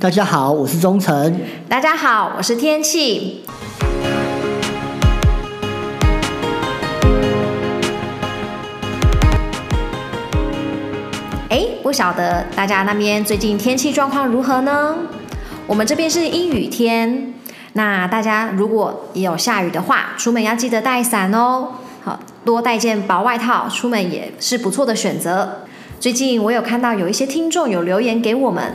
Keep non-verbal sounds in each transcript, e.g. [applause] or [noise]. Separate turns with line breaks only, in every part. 大家好，我是钟诚。
大家好，我是天气。哎，不晓得大家那边最近天气状况如何呢？我们这边是阴雨天，那大家如果也有下雨的话，出门要记得带伞哦。好，多带件薄外套，出门也是不错的选择。最近我有看到有一些听众有留言给我们，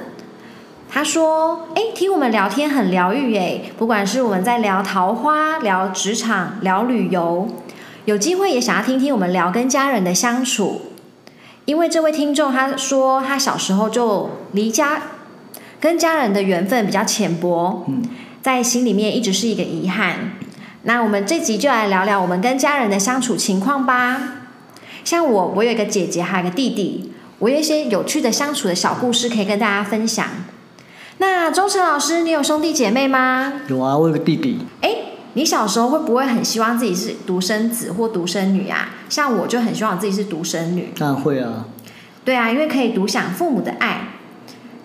他说：“哎，听我们聊天很疗愈哎，不管是我们在聊桃花、聊职场、聊旅游，有机会也想要听听我们聊跟家人的相处。”因为这位听众他说他小时候就离家，跟家人的缘分比较浅薄，在心里面一直是一个遗憾。那我们这集就来聊聊我们跟家人的相处情况吧。像我，我有一个姐姐，还有一个弟弟，我有一些有趣的相处的小故事可以跟大家分享。那钟诚老师，你有兄弟姐妹吗？
有啊，我有个弟弟。
哎，你小时候会不会很希望自己是独生子或独生女啊？像我就很希望我自己是独生女。
当然会啊，
对啊，因为可以独享父母的爱。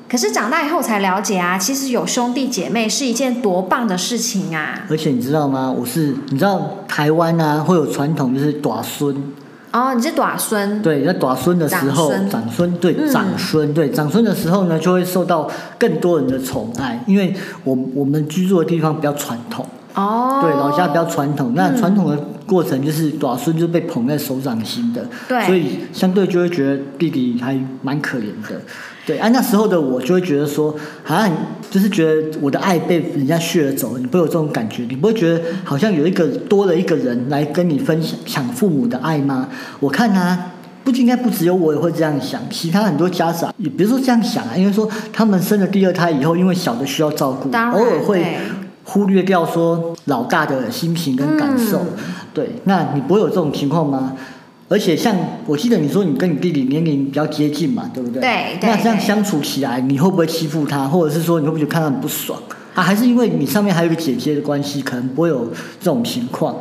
可是长大以后才了解啊，其实有兄弟姐妹是一件多棒的事情啊！
而且你知道吗？我是你知道台湾啊会有传统就是短孙，
哦，你是短孙，
对，在短孙的时候，
长孙
长孙对
嗯
长孙对长孙的时候呢，就会受到更多人的宠爱，因为我我们居住的地方比较传统，
哦，
对，老家比较传统。那传统的过程就是短孙就被捧在手掌心的，
对
所以相对就会觉得弟弟还蛮可怜的。对，啊，那时候的我就会觉得说，啊，就是觉得我的爱被人家削了走，你不会有这种感觉，你不会觉得好像有一个多了一个人来跟你分享享父母的爱吗？我看啊。不应该不只有我也会这样想，其他很多家长也别说这样想啊，因为说他们生了第二胎以后，因为小的需要照顾，
当然
偶尔会
对
忽略掉说老大的心情跟感受。
嗯
对，那你不会有这种情况吗？而且像我记得你说你跟你弟弟年龄比较接近嘛，对不对？
对对
那这样
对
相处起来，你会不会欺负他，或者是说你会不会觉得看他很不爽啊？还是因为你上面还有一个姐姐的关系，可能不会有这种情况。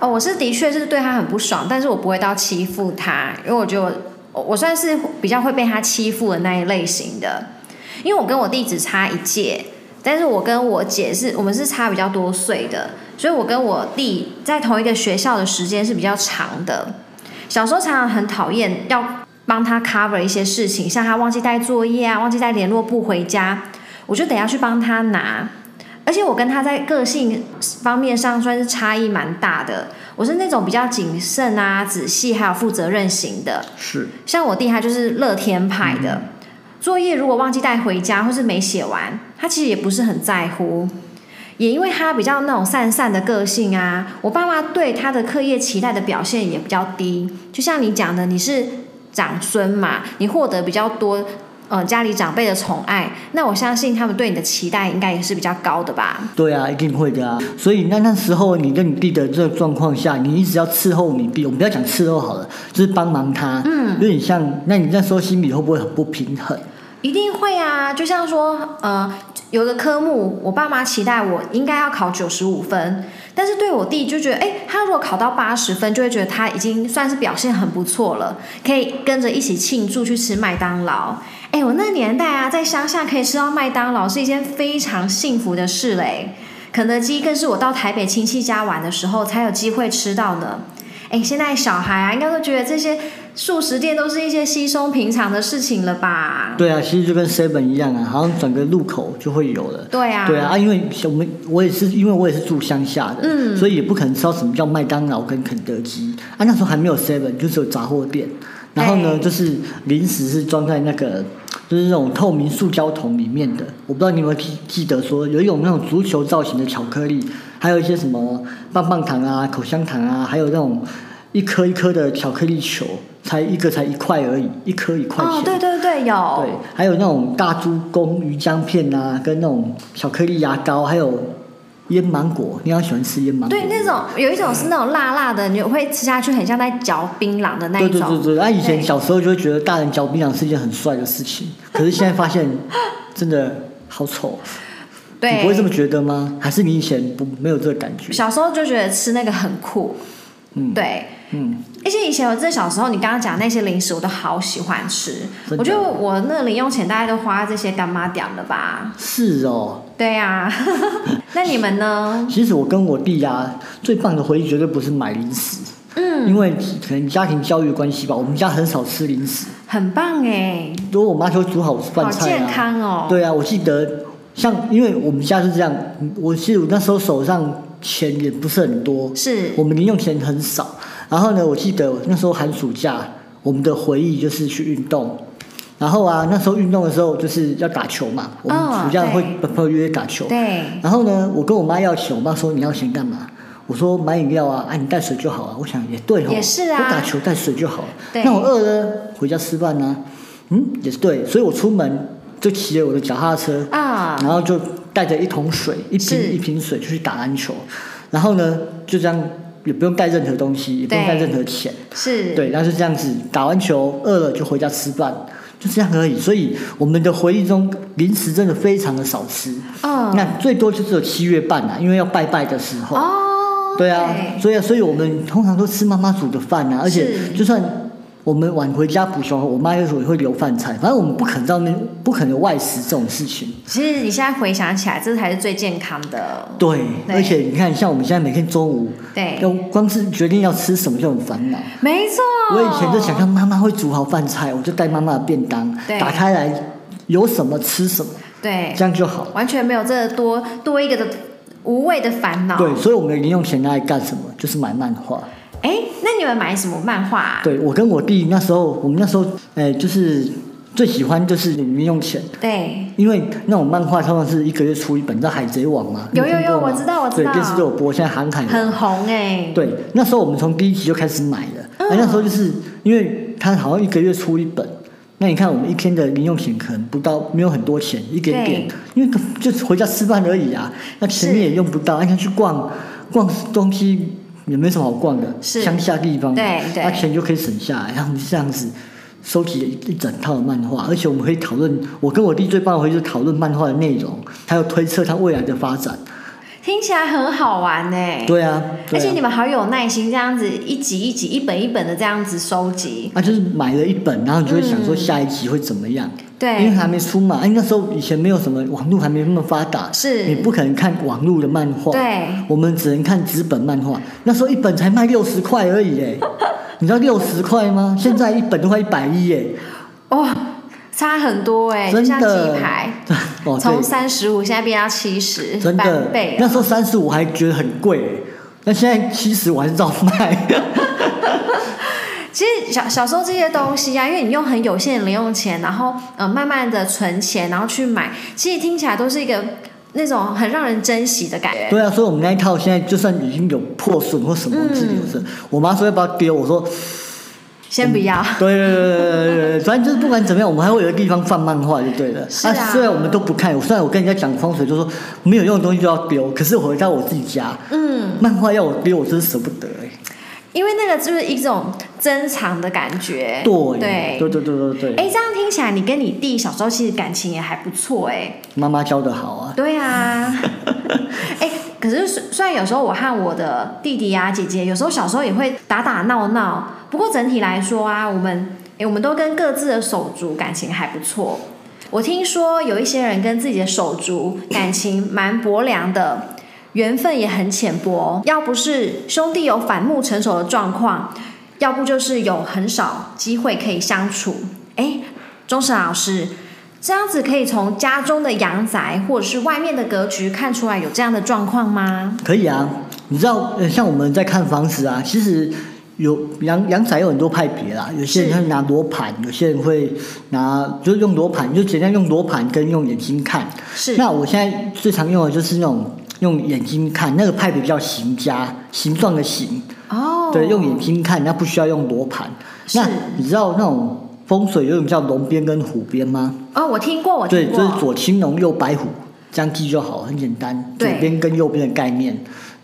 哦，我是的确是对他很不爽，但是我不会到欺负他，因为我觉得我我算是比较会被他欺负的那一类型的，因为我跟我弟只差一届，但是我跟我姐是我们是差比较多岁的，所以我跟我弟在同一个学校的时间是比较长的。小时候常常很讨厌要帮他 cover 一些事情，像他忘记带作业啊，忘记带联络簿回家，我就得要去帮他拿。而且我跟他在个性方面上算是差异蛮大的，我是那种比较谨慎啊、仔细还有负责任型的，
是，
像我弟他就是乐天派的，作业如果忘记带回家或是没写完，他其实也不是很在乎。也因为他比较那种散散的个性啊，我爸妈对他的课业期待的表现也比较低。就像你讲的，你是长孙嘛，你获得比较多，呃，家里长辈的宠爱，那我相信他们对你的期待应该也是比较高的吧。
对啊，一定会的啊。所以那那时候你跟你弟的这个状况下，你一直要伺候你弟，我们不要讲伺候好了，就是帮忙他，嗯，有点像。那你那时候心里会不会很不平衡？
一定会啊，就像说，呃，有一个科目，我爸妈期待我应该要考九十五分，但是对我弟就觉得，哎，他如果考到八十分，就会觉得他已经算是表现很不错了，可以跟着一起庆祝去吃麦当劳。哎，我那年代啊，在乡下可以吃到麦当劳是一件非常幸福的事嘞。肯德基更是我到台北亲戚家玩的时候才有机会吃到呢。哎，现在小孩啊，应该都觉得这些素食店都是一些稀松平常的事情了吧？
对啊，其实就跟 seven 一样啊，好像转个路口就会有了。
对啊，
对啊，啊因为我们我也是因为我也是住乡下的，
嗯
所以也不可能知道什么叫麦当劳跟肯德基啊。那时候还没有 Seven，就是有杂货店。然后呢，
对
就是零食是装在那个就是那种透明塑胶桶里面的。我不知道你有没有记记得说，有一种那种足球造型的巧克力，还有一些什么棒棒糖啊、口香糖啊，还有那种一颗一颗的巧克力球，才一个才一块而已，一颗一块钱。
哦，对对对，
对
有，，
还有那种大猪公鱼浆片啊，跟那种巧克力牙膏，还有腌芒果。你好喜欢吃腌芒果？
对那种有一种是那种辣辣的，你会吃下去很像在嚼槟榔的那
对
一
对对
种。
对。啊那以
对
前小时候就会觉得大人嚼槟榔是一件很帅的事
[laughs]
情，可是现在发现真的好丑。你不会这么觉得吗？还是你以前不没有这个感觉？
小时候就觉得吃那个很酷，
嗯，，
对，
嗯，
而且以前我在小时候，你刚刚讲那些零食，我都好喜欢吃。
真的
我觉得我那零用钱大概都花这些干妈点了吧？
是哦。
对呀、 [laughs] 那你
[laughs]
们呢？
其实我跟我弟啊，最棒的回忆绝对不是买零食，
嗯，
因为可能家庭教育的关系吧，我们家很少吃零食，
很棒哎，
如果我妈就煮好饭
好
菜
健
啊。
康哦。
对啊，我记得像因为我们家是这样，我记得我那时候手上钱也不是很多，
是
我们零用钱很少。然后呢，我记得那时候寒暑假，我们的回忆就是去运动。然后啊，那时候运动的时候就是要打球嘛，我们暑假会
哦对
朋友约打球。
对，
然后呢，我跟我妈要钱，我妈说你要钱干嘛？我说买饮料啊，啊你带水就好啊。我想也对哦，
也是啊
我打球带水就好了。啊
对
那我饿了回家吃饭呢、嗯，也是对，所以我出门就骑着我的脚踏车，
啊、
然后就带着一桶水，一
是
瓶一瓶水就去打篮球，然后呢就这样也不用带任何东西，也不用
对
带任何钱，
是，
对，然后就这样子打完球饿了就回家吃饭，就这样而已。所以我们的回忆中零食真的非常的少吃。
嗯，
那最多就只有七月半啊啦、因为要拜拜的时候。
哦，
对啊，所以啊所以我们通常都吃妈妈煮的饭啊，而且
是
就算我们晚回家补休，我妈有时候也会留饭菜，反正我们不可能到那不可能有外食这种事情。
其实你现在回想起来，这才是最健康的。
对，
对
而且你看，像我们现在每天中午
对哦
要光是决定要吃什么就很烦恼。
没错，
我以前就想象妈妈会煮好饭菜，我就带妈妈的便当，
对
打开来有什么吃什么，
对
这，样就好了。
完全没有这多多一个的无谓的烦恼。
对，所以我们的零用钱拿来干什么？就是买漫画。
哎，那你们买什么漫画、啊？
对我跟我弟那时候，我们那时候，哎、就是最喜欢就是零用钱，
对，
因为那种漫画通常是一个月出一本，叫《海贼王》嘛。
有
你听
有有
过吗
我知道我知道
对，电视都有播，现在航海。
很红哎、
对，那时候我们从第一集就开始买了，
嗯
哎那时候就是因为他好像一个月出一本。那你看，我们一天的零用钱可能不到，没有很多钱，一点点
对，
因为就是回家吃饭而已啊。那钱
是
你也用不到，那天去逛逛东西也没什么好逛的，
是
乡下地方嘛，
对对
那钱就可以省下来。然后我们就这样子收集了一一整套的漫画，而且我们可以讨论，我跟我弟最棒的回就是讨论漫画的内容，还有推测它未来的发展。
听起来很好玩哎、
对啊，对
而
啊
且你们好有耐心，这样子一集一集、一本一本的这样子收集。
啊，就是买了一本，然后你就会想说下一集会怎么样？因为
对，
还没出嘛，哎，那时候以前没有什么网络，还没那么发达，
是
你不可能看网络的漫画，
对
我们只能看纸本漫画。那时候一本才卖六十块而已，
[laughs]
哎，你知道六十块吗？现在一本都快一百一，哎，
哦，差很多哎、就
真
像
的
鸡排，，
[laughs] 哦，
从
对，
三十五现在变到七十，
真
翻
的
倍，
那
了。
时候三十五还觉得很贵，哎那现在七十我还是照卖，
其实小小时候这些东西啊，因为你用很有限的零用钱，然后呃慢慢的存钱，然后去买，其实听起来都是一个那种很让人珍惜的感觉。
[laughs] 对啊，所以我们那一套现在就算已经有破损或什么
嗯
自留着，我妈说要不要丢，我说。
先不要，
对对对对对对，反正就是不管怎么样，我们还会有一个地方放漫画就对了。
是啊
虽然我们都不看，虽然我跟人家讲风水，就说没有用的东西就要丢，可是我回到我自己家，
嗯，
漫画要我丢，我真是舍不得哎、
因为那个就是一种珍藏的感觉。
对
对
对对对对对，
哎，这样听起来，你跟你弟小时候其实感情也还不错哎。
妈妈教的好啊，
对啊，哎，可是虽虽然有时候我和我的弟弟啊、姐姐，有时候小时候也会打打闹闹，不过整体来说啊，我们哎，我们都跟各自的手足感情还不错。我听说有一些人跟自己的手足感情蛮薄凉的，缘分也很浅薄。要不是兄弟有反目成仇的状况，要不就是有很少机会可以相处。哎，钟神老师，这样子可以从家中的阳宅或者是外面的格局看出来有这样的状况吗？
可以啊。你知道，呃像我们在看房子啊，其实有阳阳宅有很多派别啦，有些人
是
会拿罗盘，有些人会拿就是用罗盘，就简单用罗盘跟用眼睛看。
是，
那我现在最常用的就是那种用眼睛看，那个派别比较形家形状的形，
哦，
对，用眼睛看，那不需要用罗盘。
是
那你知道那种风水有一种叫龙边跟虎边吗？
哦，我听过，我
对，
听
就是
过，
左青龙右白虎，这样记就好，很简单。左
对
边跟右边的概念，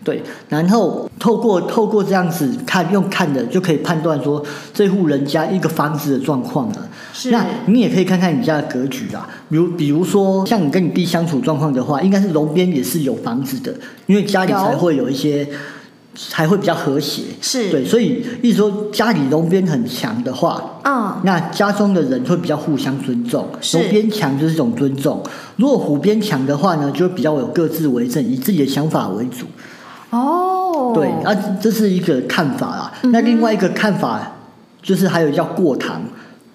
对。然后透过透过这样子看，用看的就可以判断说这户人家一个房子的状况了。
是
那你也可以看看你家的格局啦，比如比如说像你跟你弟相处状况的话，应该是龙边也是有房子的，因为家里才
有
会有一些才会比较和谐。
是
对，所以一说家里容边很强的话，
嗯，
那家中的人会比较互相尊重，
是
龙边墙就是一种尊重。如果虎边墙的话呢，就比较有各自为政，以自己的想法为主。
哦，嗯
对，啊，这是一个看法啦。那另外一个看法就是还有叫过堂，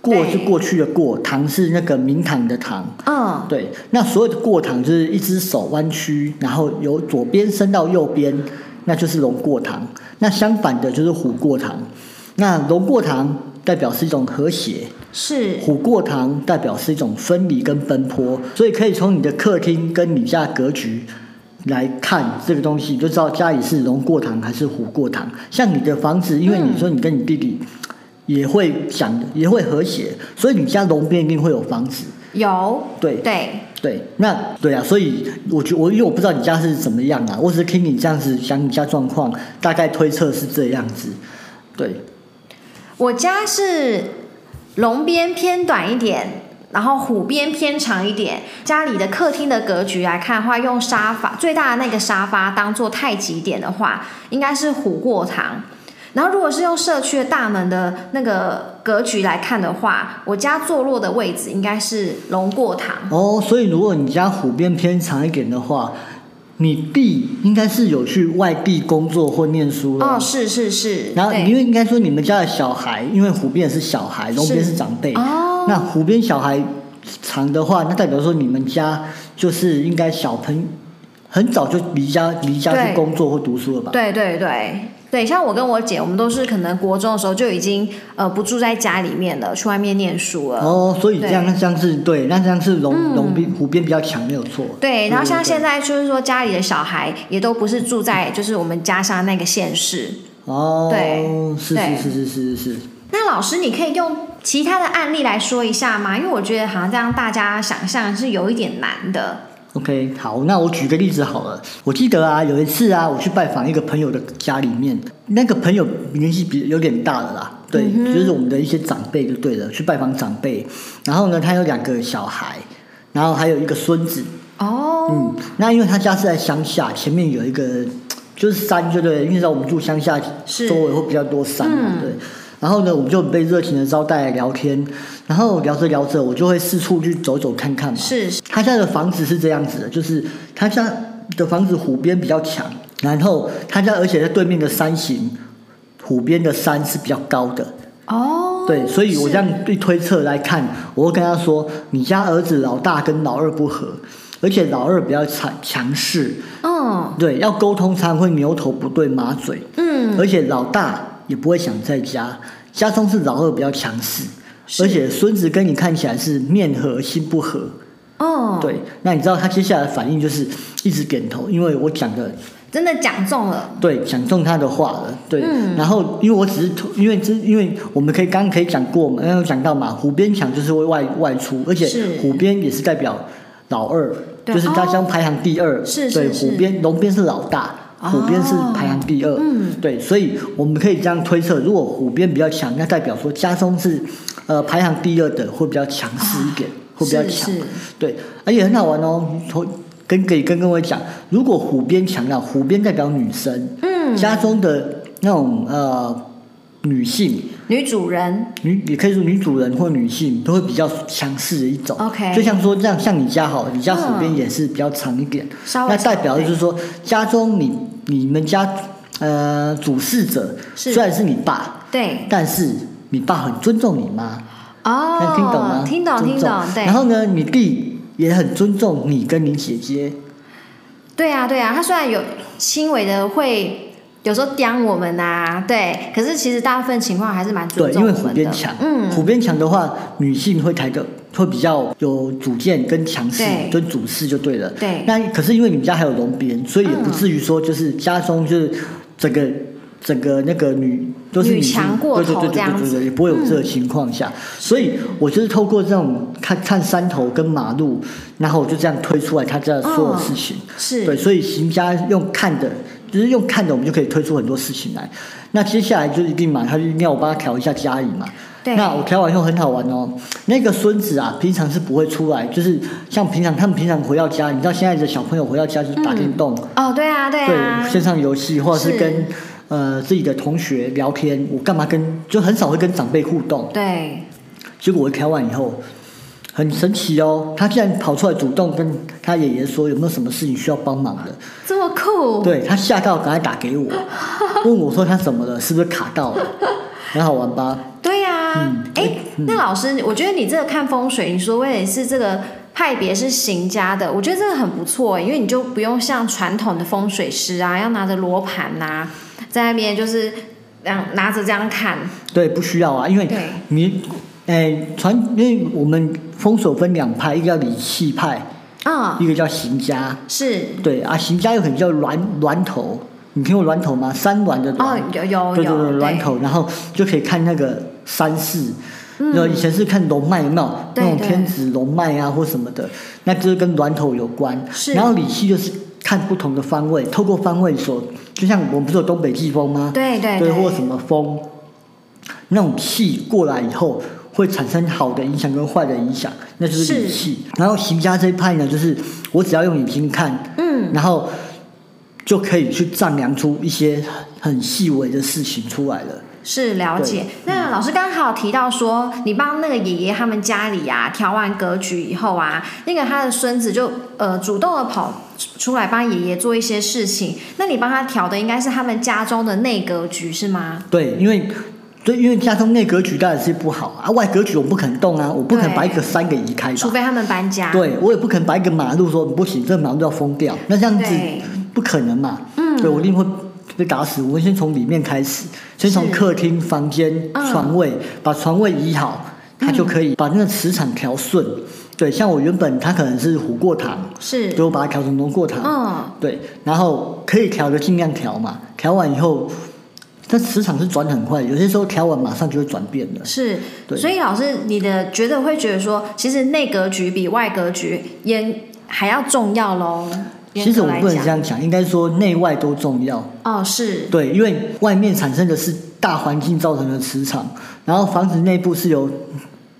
过
对
是过去的过，堂是那个明堂的堂。
嗯，
对，那所有的过堂就是一只手弯曲，然后由左边伸到右边，那就是龙过堂。那相反的就是虎过堂。那龙过堂代表是一种和谐，
是
虎过堂代表是一种分离跟奔波，所以可以从你的客厅跟你家格局来看这个东西，你就知道家里是龙过堂还是虎过堂。像你的房子，因为你说你跟你弟弟也会想，也会和谐，所以你家龙边一定会有房子。
有，
对
对，
对，那对啊，所以我觉我因为我不知道你家是怎么样啊，我只是听你这样子讲你家状况，大概推测是这样子。对，
我家是龙边偏短一点，然后虎边偏长一点。家里的客厅的格局来看的话，用沙发最大的那个沙发当做太极点的话，应该是虎过堂。然后如果是用社区的大门的那个格局来看的话，我家坐落的位置应该是龙过堂。
哦，所以如果你家虎边偏长一点的话，你弟应该是有去外地工作或念书了。
哦，是是是，
然后，
对
因为应该说你们家的小孩，因为虎边也是小孩，龙边
是
是长辈。
哦
那虎边小孩长的话，那代表说你们家就是应该小朋很早就离家离家
对
去工作或读书了吧？
对对对对，像我跟我姐，我们都是可能国中的时候就已经呃不住在家里面了，去外面念书了。
哦，所以这
对
样那这样是对，那这样是龙龙边虎边比较强，没有错。
嗯对，然后像现
在
在就是说，家里的小孩也都不是住在就是我们家乡那个县市。
哦，
对
是
对
是是是是是是。
那老师，你可以用其他的案例来说一下吗？因为我觉得好像这样大家想象是有一点难的。
OK，好，那我举个例子好了。我记得啊，有一次啊，我去拜访一个朋友的家里面，那个朋友年纪比有点大了啦，对，
嗯
就是我们的一些长辈就对了，去拜访长辈。然后呢，他有两个小孩，然后还有一个孙子。
哦，
嗯，那因为他家是在乡下，前面有一个就是山，就对了，因为你知道我们住乡下，
是
周围会比较多山嘛，
嗯
对。然后呢，我们就被热情的招待聊天，然后聊着聊着，我就会四处去走走看看嘛。
嗯是是
他家的房子是这样子的，就是他家的房子湖边比较强，然后他家而且在对面的山形，湖边的山是比较高的，
哦，
对，所以我
是
这样一推测来看，我会跟他说，你家儿子老大跟老二不合，而且老二比较强强势，
嗯
对，要沟通常会牛头不对马嘴，
嗯
而且老大也不会想在家，家中是老二比较强势，
是
而且孙子跟你看起来是面和心不和。
嗯，，
对，那你知道他接下来的反应就是一直点头，因为我讲的
真的讲中了。
对，讲中他的话了，对。
嗯
然后因为我只是突因为这因为我们可以刚刚可以讲过嘛，刚刚有讲到嘛，湖边墙就是会外外出，而且
是
湖边也是代表老二，
对哦
就是家乡排行第二，
是
对，
是是
湖边龙边是老大。湖边是
哦
排行第二，
嗯
对，所以我们可以这样推测，如果湖边比较强，那代表说家中是，呃，排行第二的会比较强势一点，会比较
哦是
强。
是
对，而且很好玩哦。从跟可以跟各位讲，如果虎边强调，虎边代表女生，
嗯，
家中的那种呃女性，
女主人
女也可以说女主人或女性都会比较强势的一种。
OK
就像说这样，像你家好了，你家虎边
嗯啊
也是比较长一点，
稍微
那代表
长
就是说家中你你们家呃主事者
是
虽然是你爸，
对
但是你爸很尊重你妈。
哦，
能听懂吗？
听懂
尊
听
重
懂，对。
然后呢，你弟也很尊重你跟你姐姐，
对啊，对啊，他虽然有轻微的会有时候刁我们呐、对，可是其实大部分情况还是蛮
对，
尊重
因
我
为
们的。
虎边强，
嗯，
虎边强的话，女性会抬个会比较有主见跟强势
对
跟主事就对了。
对
那可是因为你们家还有龙边，所以也不
嗯
至于说就是家中就是整个。整个那个女都是
女
性
强过
对对
头
对对
这样
对对
子嗯
对，也不会有这个情况下，所以我就是透过这种看看山头跟马路，然后我就这样推出来他家的所有
嗯
事情。对，
是
所以行家用看的，就是用看的，我们就可以推出很多事情来。那接下来就一定嘛，他就一定要我帮他调一下家里嘛。
对
那我调完以后很好玩哦，那个孙子啊，平常是不会出来，就是像平常他们平常回到家，你知道现在的小朋友回到家就是打电动，
哦，对啊，对啊，
对线上游戏，或者是
是
跟呃自己的同学聊天，我干嘛跟就很少会跟长辈互动。
对，
结果我调完以后，很神奇哦，他竟然跑出来主动跟他爷爷说有没有什么事情需要帮忙的。
这么酷，
对他吓到，赶快打给我，问我说他怎么了，是不是卡到了？很好玩吧？
对呀、
嗯
哎、那老师，我觉得你这个看风水，你说为的是这个派别是行家的，我觉得这个很不错，因为你就不用像传统的风水师啊，要拿着罗盘呐、在那边就是让拿着这样看，
对，不需要啊，因为
对
你，哎，传，因为我们风水分两派，一个叫理气派，
嗯，
一个叫行家。
是，
对啊，行家又很叫峦峦头，你听过峦头吗？三峦的
哦
峦，，
有有
对对
有，
对，峦头，然后就可以看那个山势。那以前是看龙脉有没有
嗯对
那种
对
天子龙脉啊或什么的，那就是跟峦头有关。
是
然后理气就是看不同的方位，透过方位所，就像我们不是有东北季风吗？
对对
对，
对，
或什么风，那种气过来以后会产生好的影响跟坏的影响，那就是理
是
气。然后行家这一派呢，就是我只要用眼睛看，
嗯，
然后就可以去丈量出一些很细微的事情出来了。
是了解。那老师刚好提到说，你帮那个爷爷他们家里啊调完格局以后啊，那个他的孙子就呃主动的跑出来帮爷爷做一些事情。那你帮他调的应该是他们家中的内格局是吗？
对，因为对，因为家中内格局当然是不好啊，外格局我不肯动啊，我不肯
对
把一个山给移开吧
除。非他们搬家。
对，我也不可能把一个马路说不行，这马路要封掉，那这样子
对
不可能嘛。
嗯
对我一定会被打死。我会先从里面开始，先从
是
客厅、房间、
嗯
床位，把床位移好，它就可以把那个磁场调顺。对，像我原本它可能是琥过糖，
是
所以，我把它调成龙过糖。
嗯，
对，然后可以调的尽量调嘛，调完以后，它磁场是转很快，有些时候调完马上就会转变的。
是。
对
所以老师，你的觉得会觉得说，其实内格局比外格局严还要重要喽。
其实我
严格
不能
来讲
这样讲，应该说内外都重要。
哦，是
对，因为外面产生的是大环境造成的磁场，然后房子内部是由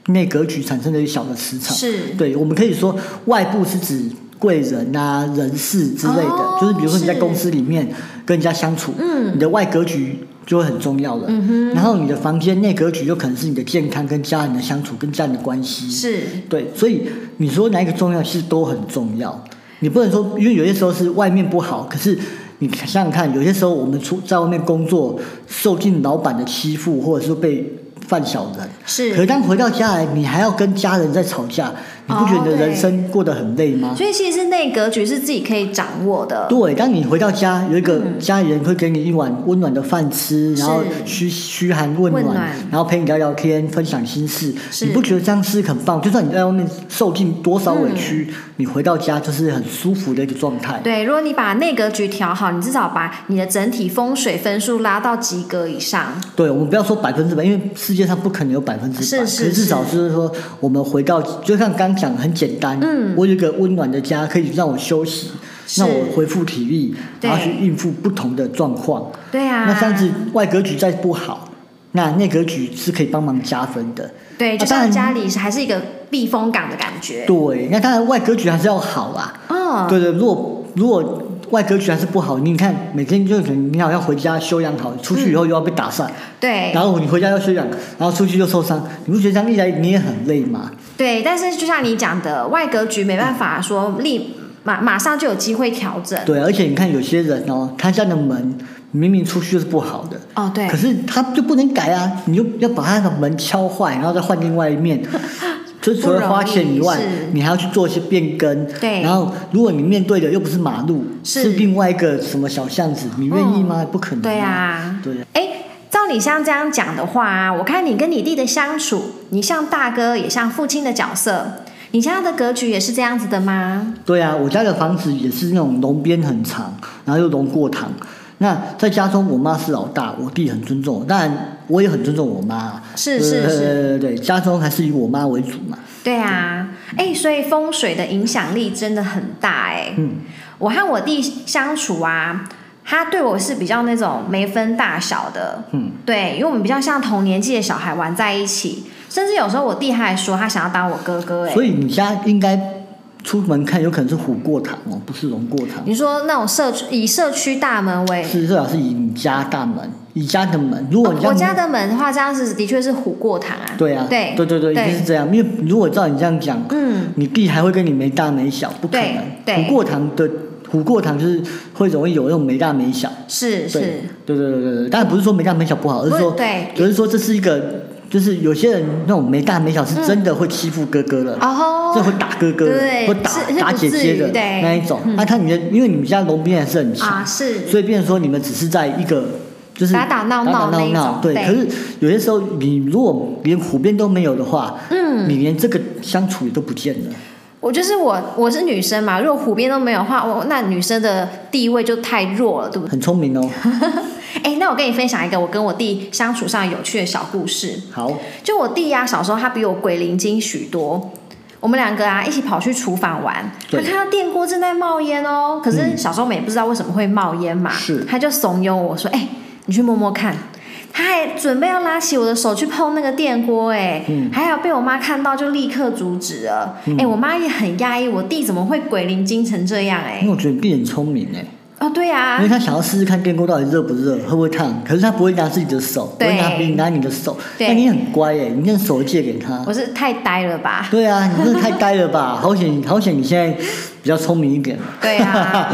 内格局产生的一小的磁场。
是，
对，我们可以说外部是指贵人啊、人事之类的，
哦
就是比如说你在
是
公司里面跟人家相处，
嗯
你的外格局就会很重要了。然后你的房间内格局有可能是你的健康、跟家人的相处、跟家人的关系。
是。
对，所以你说哪一个重要，其实都很重要。你不能说，因为有些时候是外面不好，可是你想想看，有些时候我们出在外面工作，受尽老板的欺负，或者说被犯小人。
是
可是当回到家来，你还要跟家人在吵架，你不觉得你的
哦对
人生过得很累吗？
所以其实内格局是自己可以掌握的。
对，当你回到家，有一个
嗯
家里人会给你一碗温暖的饭吃，然后嘘嘘寒问暖，
温暖
然后陪你聊聊天，分享心事，
是
你不觉得这样是很棒？就算你在外面受尽多少委屈，
嗯
你回到家就是很舒服的一个状态。
对，如果你把内格局调好，你至少把你的整体风水分数拉到及格以上。
对，我们不要说百分之百，因为世界上不可能有百分之百，
是是
可至少就是说，我们回到就像刚讲很简单，嗯，我有一个温暖的家，可以让我休息，
是
让我恢复体力，
对
然后去应付不同的状况。
对啊，
那这样子外格局再不好，那内格局是可以帮忙加分的。
对，
啊
就
当
像
然
家里还是一个避风港的感觉。
对，那当然外格局还是要好啦。
嗯，
对对，如果如果外格局还是不好，你看每天就可能你好像回家休养好，出去以后又要被打散，
对
然后你回家要休养，然后出去又受伤，你不觉得这样一来你也很累吗？
对，但是就像你讲的，外格局没办法说立马马上就有机会调整。
对，而且你看有些人哦，他家的门明明出去就是不好的，
哦，对
可，是他就不能改啊，你就要把他的门敲坏，然后再换另外一面。就除了花钱以外
不容易是，
你还要去做一些变更。
对
然后，如果你面对的又不是马路，
是
是另外一个什么小巷子，你愿意吗？不可能。
对。啊，
对啊。
哎，照你像这样讲的话啊，我看你跟你弟的相处，你像大哥也像父亲的角色，你家的格局也是这样子的吗？
对啊，我家的房子也是那种龙边很长，然后又龙过堂。那在家中，我妈是老大，我弟很尊重我，当然我也很尊重我妈。
是是
对
是
对对对对，家中还是以我妈为主嘛。
对啊，哎、所以风水的影响力真的很大哎、
嗯，
我和我弟相处啊，他对我是比较那种没分大小的，
嗯，
对，因为我们比较像同年纪的小孩玩在一起，甚至有时候我弟他还说他想要当我哥哥、欸，
所以你现在应该出门看，有可能是虎过堂哦，不是龙过堂。
你说那种社区以社区大门为。
是最好是以你家大门，以家的门。如果你这
我
样
哦家的门的话，这样是的确是虎过堂啊。
对啊，
对
对对对，一定是这样。因为如果照你这样讲，
嗯，
你弟还会跟你没大没小，不可能。
对对
虎过堂的虎过堂就是会容易有那种没大没小。
是
对
是，
对对对对对，当然不是说没大没小不好，而
不
是
是
说，
对
而是说这是一个，就是有些人那种没大没小
嗯
是真的会欺负哥哥的。
哦
这会打哥哥的，
对
会打
是是
打
不
姐
至
姐
于
的
对
那一种。
嗯
那他你的，因为你们家龙兵还是很强
啊，是
所以变成说你们只是在一个就是
打打闹闹
打打
那一种
对。
对
可是有些时候你如果连虎变都没有的话，嗯，你连这个相处也都不见了。
我就是我，我是女生嘛，如果虎鞭都没有的话，我那女生的地位就太弱了，对不对？
很聪明
[laughs]
哦，
哎、那我跟你分享一个我跟我弟相处上有趣的小故事。
好，
就我弟呀、小时候他比我鬼灵精许多。我们两个啊，一起跑去厨房玩，他
对嗯
看到电锅正在冒烟哦。可是小时候我们也不知道为什么会冒烟嘛，
是
他就怂恿我说：“哎、你去摸摸看。”他还准备要拉起我的手去碰那个电锅，哎、
嗯
还好被我妈看到，就立刻阻止了。哎、我妈也很压抑，我弟怎么会鬼灵精成这样、
因
哎，
为我觉得你弟很聪明哎，
哦，对
因为
啊，
他想要试试看电锅到底热不热，会不会烫，可是他不会拿自己的手，不
对
会拿别人拿你的手，
对
那你很乖哎，你那手借给他。
我是太呆了 [laughs] 吧？
对啊，你真的太呆了
[laughs]
吧？好险，好险！你现在比较聪明一点。
对
[laughs]
啊，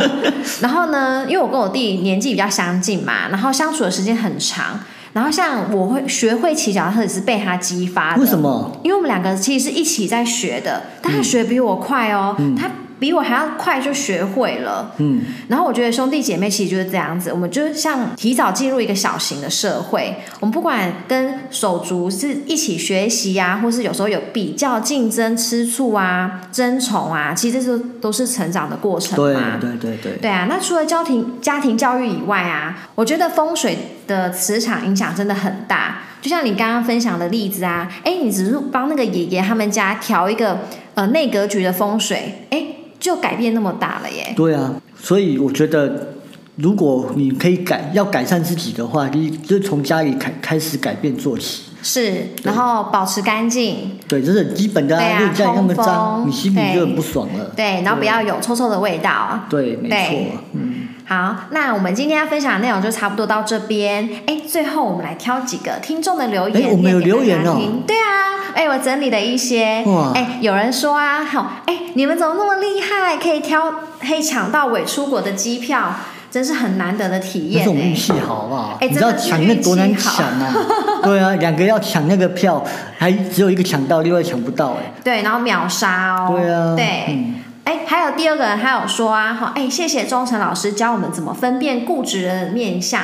然后呢，因为我跟我弟年纪比较相近嘛，然后相处的时间很长，然后像我会学会骑脚踏车也是被他激发的。
为什？么？嗯
因为我们两个其实是一起在学的，但他学比我快哦，他比我还要快就学会了。
嗯，
然后我觉得兄弟姐妹其实就是这样子，我们就像提早进入一个小型的社会，我们不管跟手足是一起学习呀、或是有时候有比较、竞争、吃醋啊、争宠啊，其实这都都是成长的过程
对
嘛。
对对对，
对啊，那除了家庭家庭教育以外啊，我觉得风水的磁场影响真的很大。就像你刚刚分享的例子啊，哎，你只是帮那个爷爷他们家调一个呃内格局的风水，哎，就改变那么大了耶。
对啊，所以我觉得，如果你可以改要改善自己的话，你就从家里开开始改变做起。
是，然后保持干净，
对，这是很基本的、
对啊
因为你家里那么
通
脏，
风
你心里就很不爽了。
对，然后不要有臭臭的味道。
对，没
对
错。嗯，
好，那我们今天要分享的内容就差不多到这边。哎，最后我们来挑几个听众的留言，
哎我们有
念给大
留言
家
哦
听对啊，哎，我整理了一些。
哇
哎，有人说啊，好，哎，你们怎么那么厉害，可以挑，可以抢到伪出国的机票，真是很难得的体
但
验
是我们运
哎。
气好不好？
哎
你知道
真的是
抢那多难
运气好
抢
[laughs]
啊！对啊，两个要抢那个票，还只有一个抢到，另外抢不到哎、
对，然后秒杀哦。
对啊，
对。
嗯
哎，还有第二个人，他有说啊，哈，哎，谢谢钟诚老师教我们怎么分辨固执人的面相。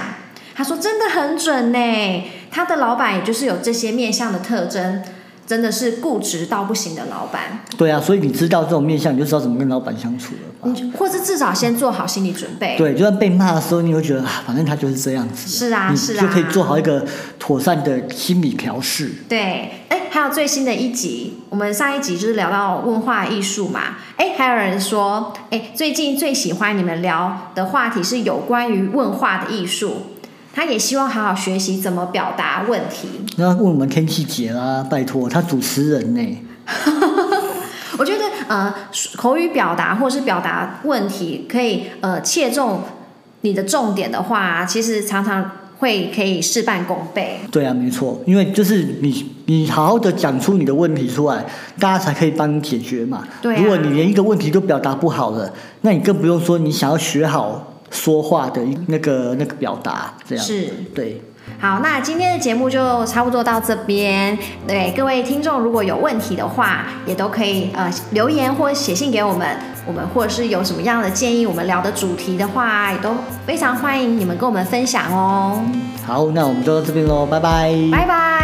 他说真的很准呢，他的老板也就是有这些面相的特征，真的是固执到不行的老板，
对啊，所以你知道这种面相，你就知道怎么跟老板相处了吧？
你或是至少先做好心理准备。
对，就算被骂的时候，你会觉得啊，反正他就是这样子，
是啊，
你
是啊，
就可以做好一个妥善的心理调试。
对，哎，还有最新的一集，我们上一集就是聊到文化艺术嘛，哎，还有人说，哎，最近最喜欢你们聊的话题是有关于问话的艺术，他也希望好好学习怎么表达问题。
那问我们天气节啦，拜托，他主持人呢、
我觉得，呃，口语表达或是表达问题，可以呃切中你的重点的话、其实常常会可以事半功倍。
对啊，没错，因为就是你你好好的讲出你的问题出来，大家才可以帮你解决嘛。
对啊
如果你连一个问题都表达不好了，那你更不用说你想要学好说话的那个那个表达，这样
是。
对。啊
好，那今天的节目就差不多到这边。对各位听众，如果有问题的话，也都可以呃留言或写信给我们。我们或者是有什么样的建议，我们聊的主题的话，也都非常欢迎你们跟我们分享哦。
好，那我们就到这边喽，拜拜。
拜拜。